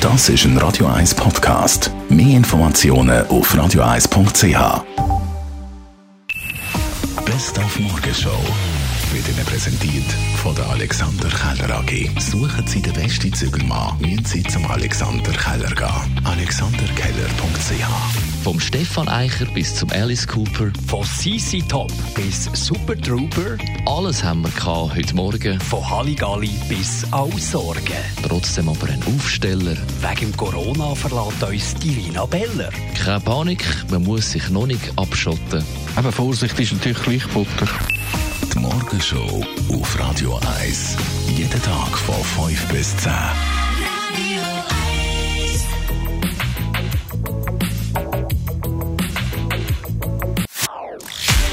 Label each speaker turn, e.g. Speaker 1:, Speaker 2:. Speaker 1: Das ist ein Radio 1 Podcast. Mehr Informationen auf radio1.ch. Best auf Morgenshow wird Ihnen präsentiert von der Alexander Keller AG. Suchen Sie den besten Zügelmann, müssen Sie zum Alexander Keller gehen. AlexanderKeller.ch
Speaker 2: Vom Stefan Eicher bis zum Alice Cooper,
Speaker 3: Von CC Top bis Super Trooper,
Speaker 2: alles haben wir gehabt heute Morgen.
Speaker 3: von Halligalli bis Allsorgen.
Speaker 2: Trotzdem aber ein Aufsteller.
Speaker 3: Wegen dem Corona verlässt uns die Rina Beller.
Speaker 2: Keine Panik, man muss sich noch nicht abschotten.
Speaker 4: Aber Vorsicht ist natürlich gleich Butter.
Speaker 1: Die Morgenshow auf Radio 1. Jeden Tag von 5 bis 10.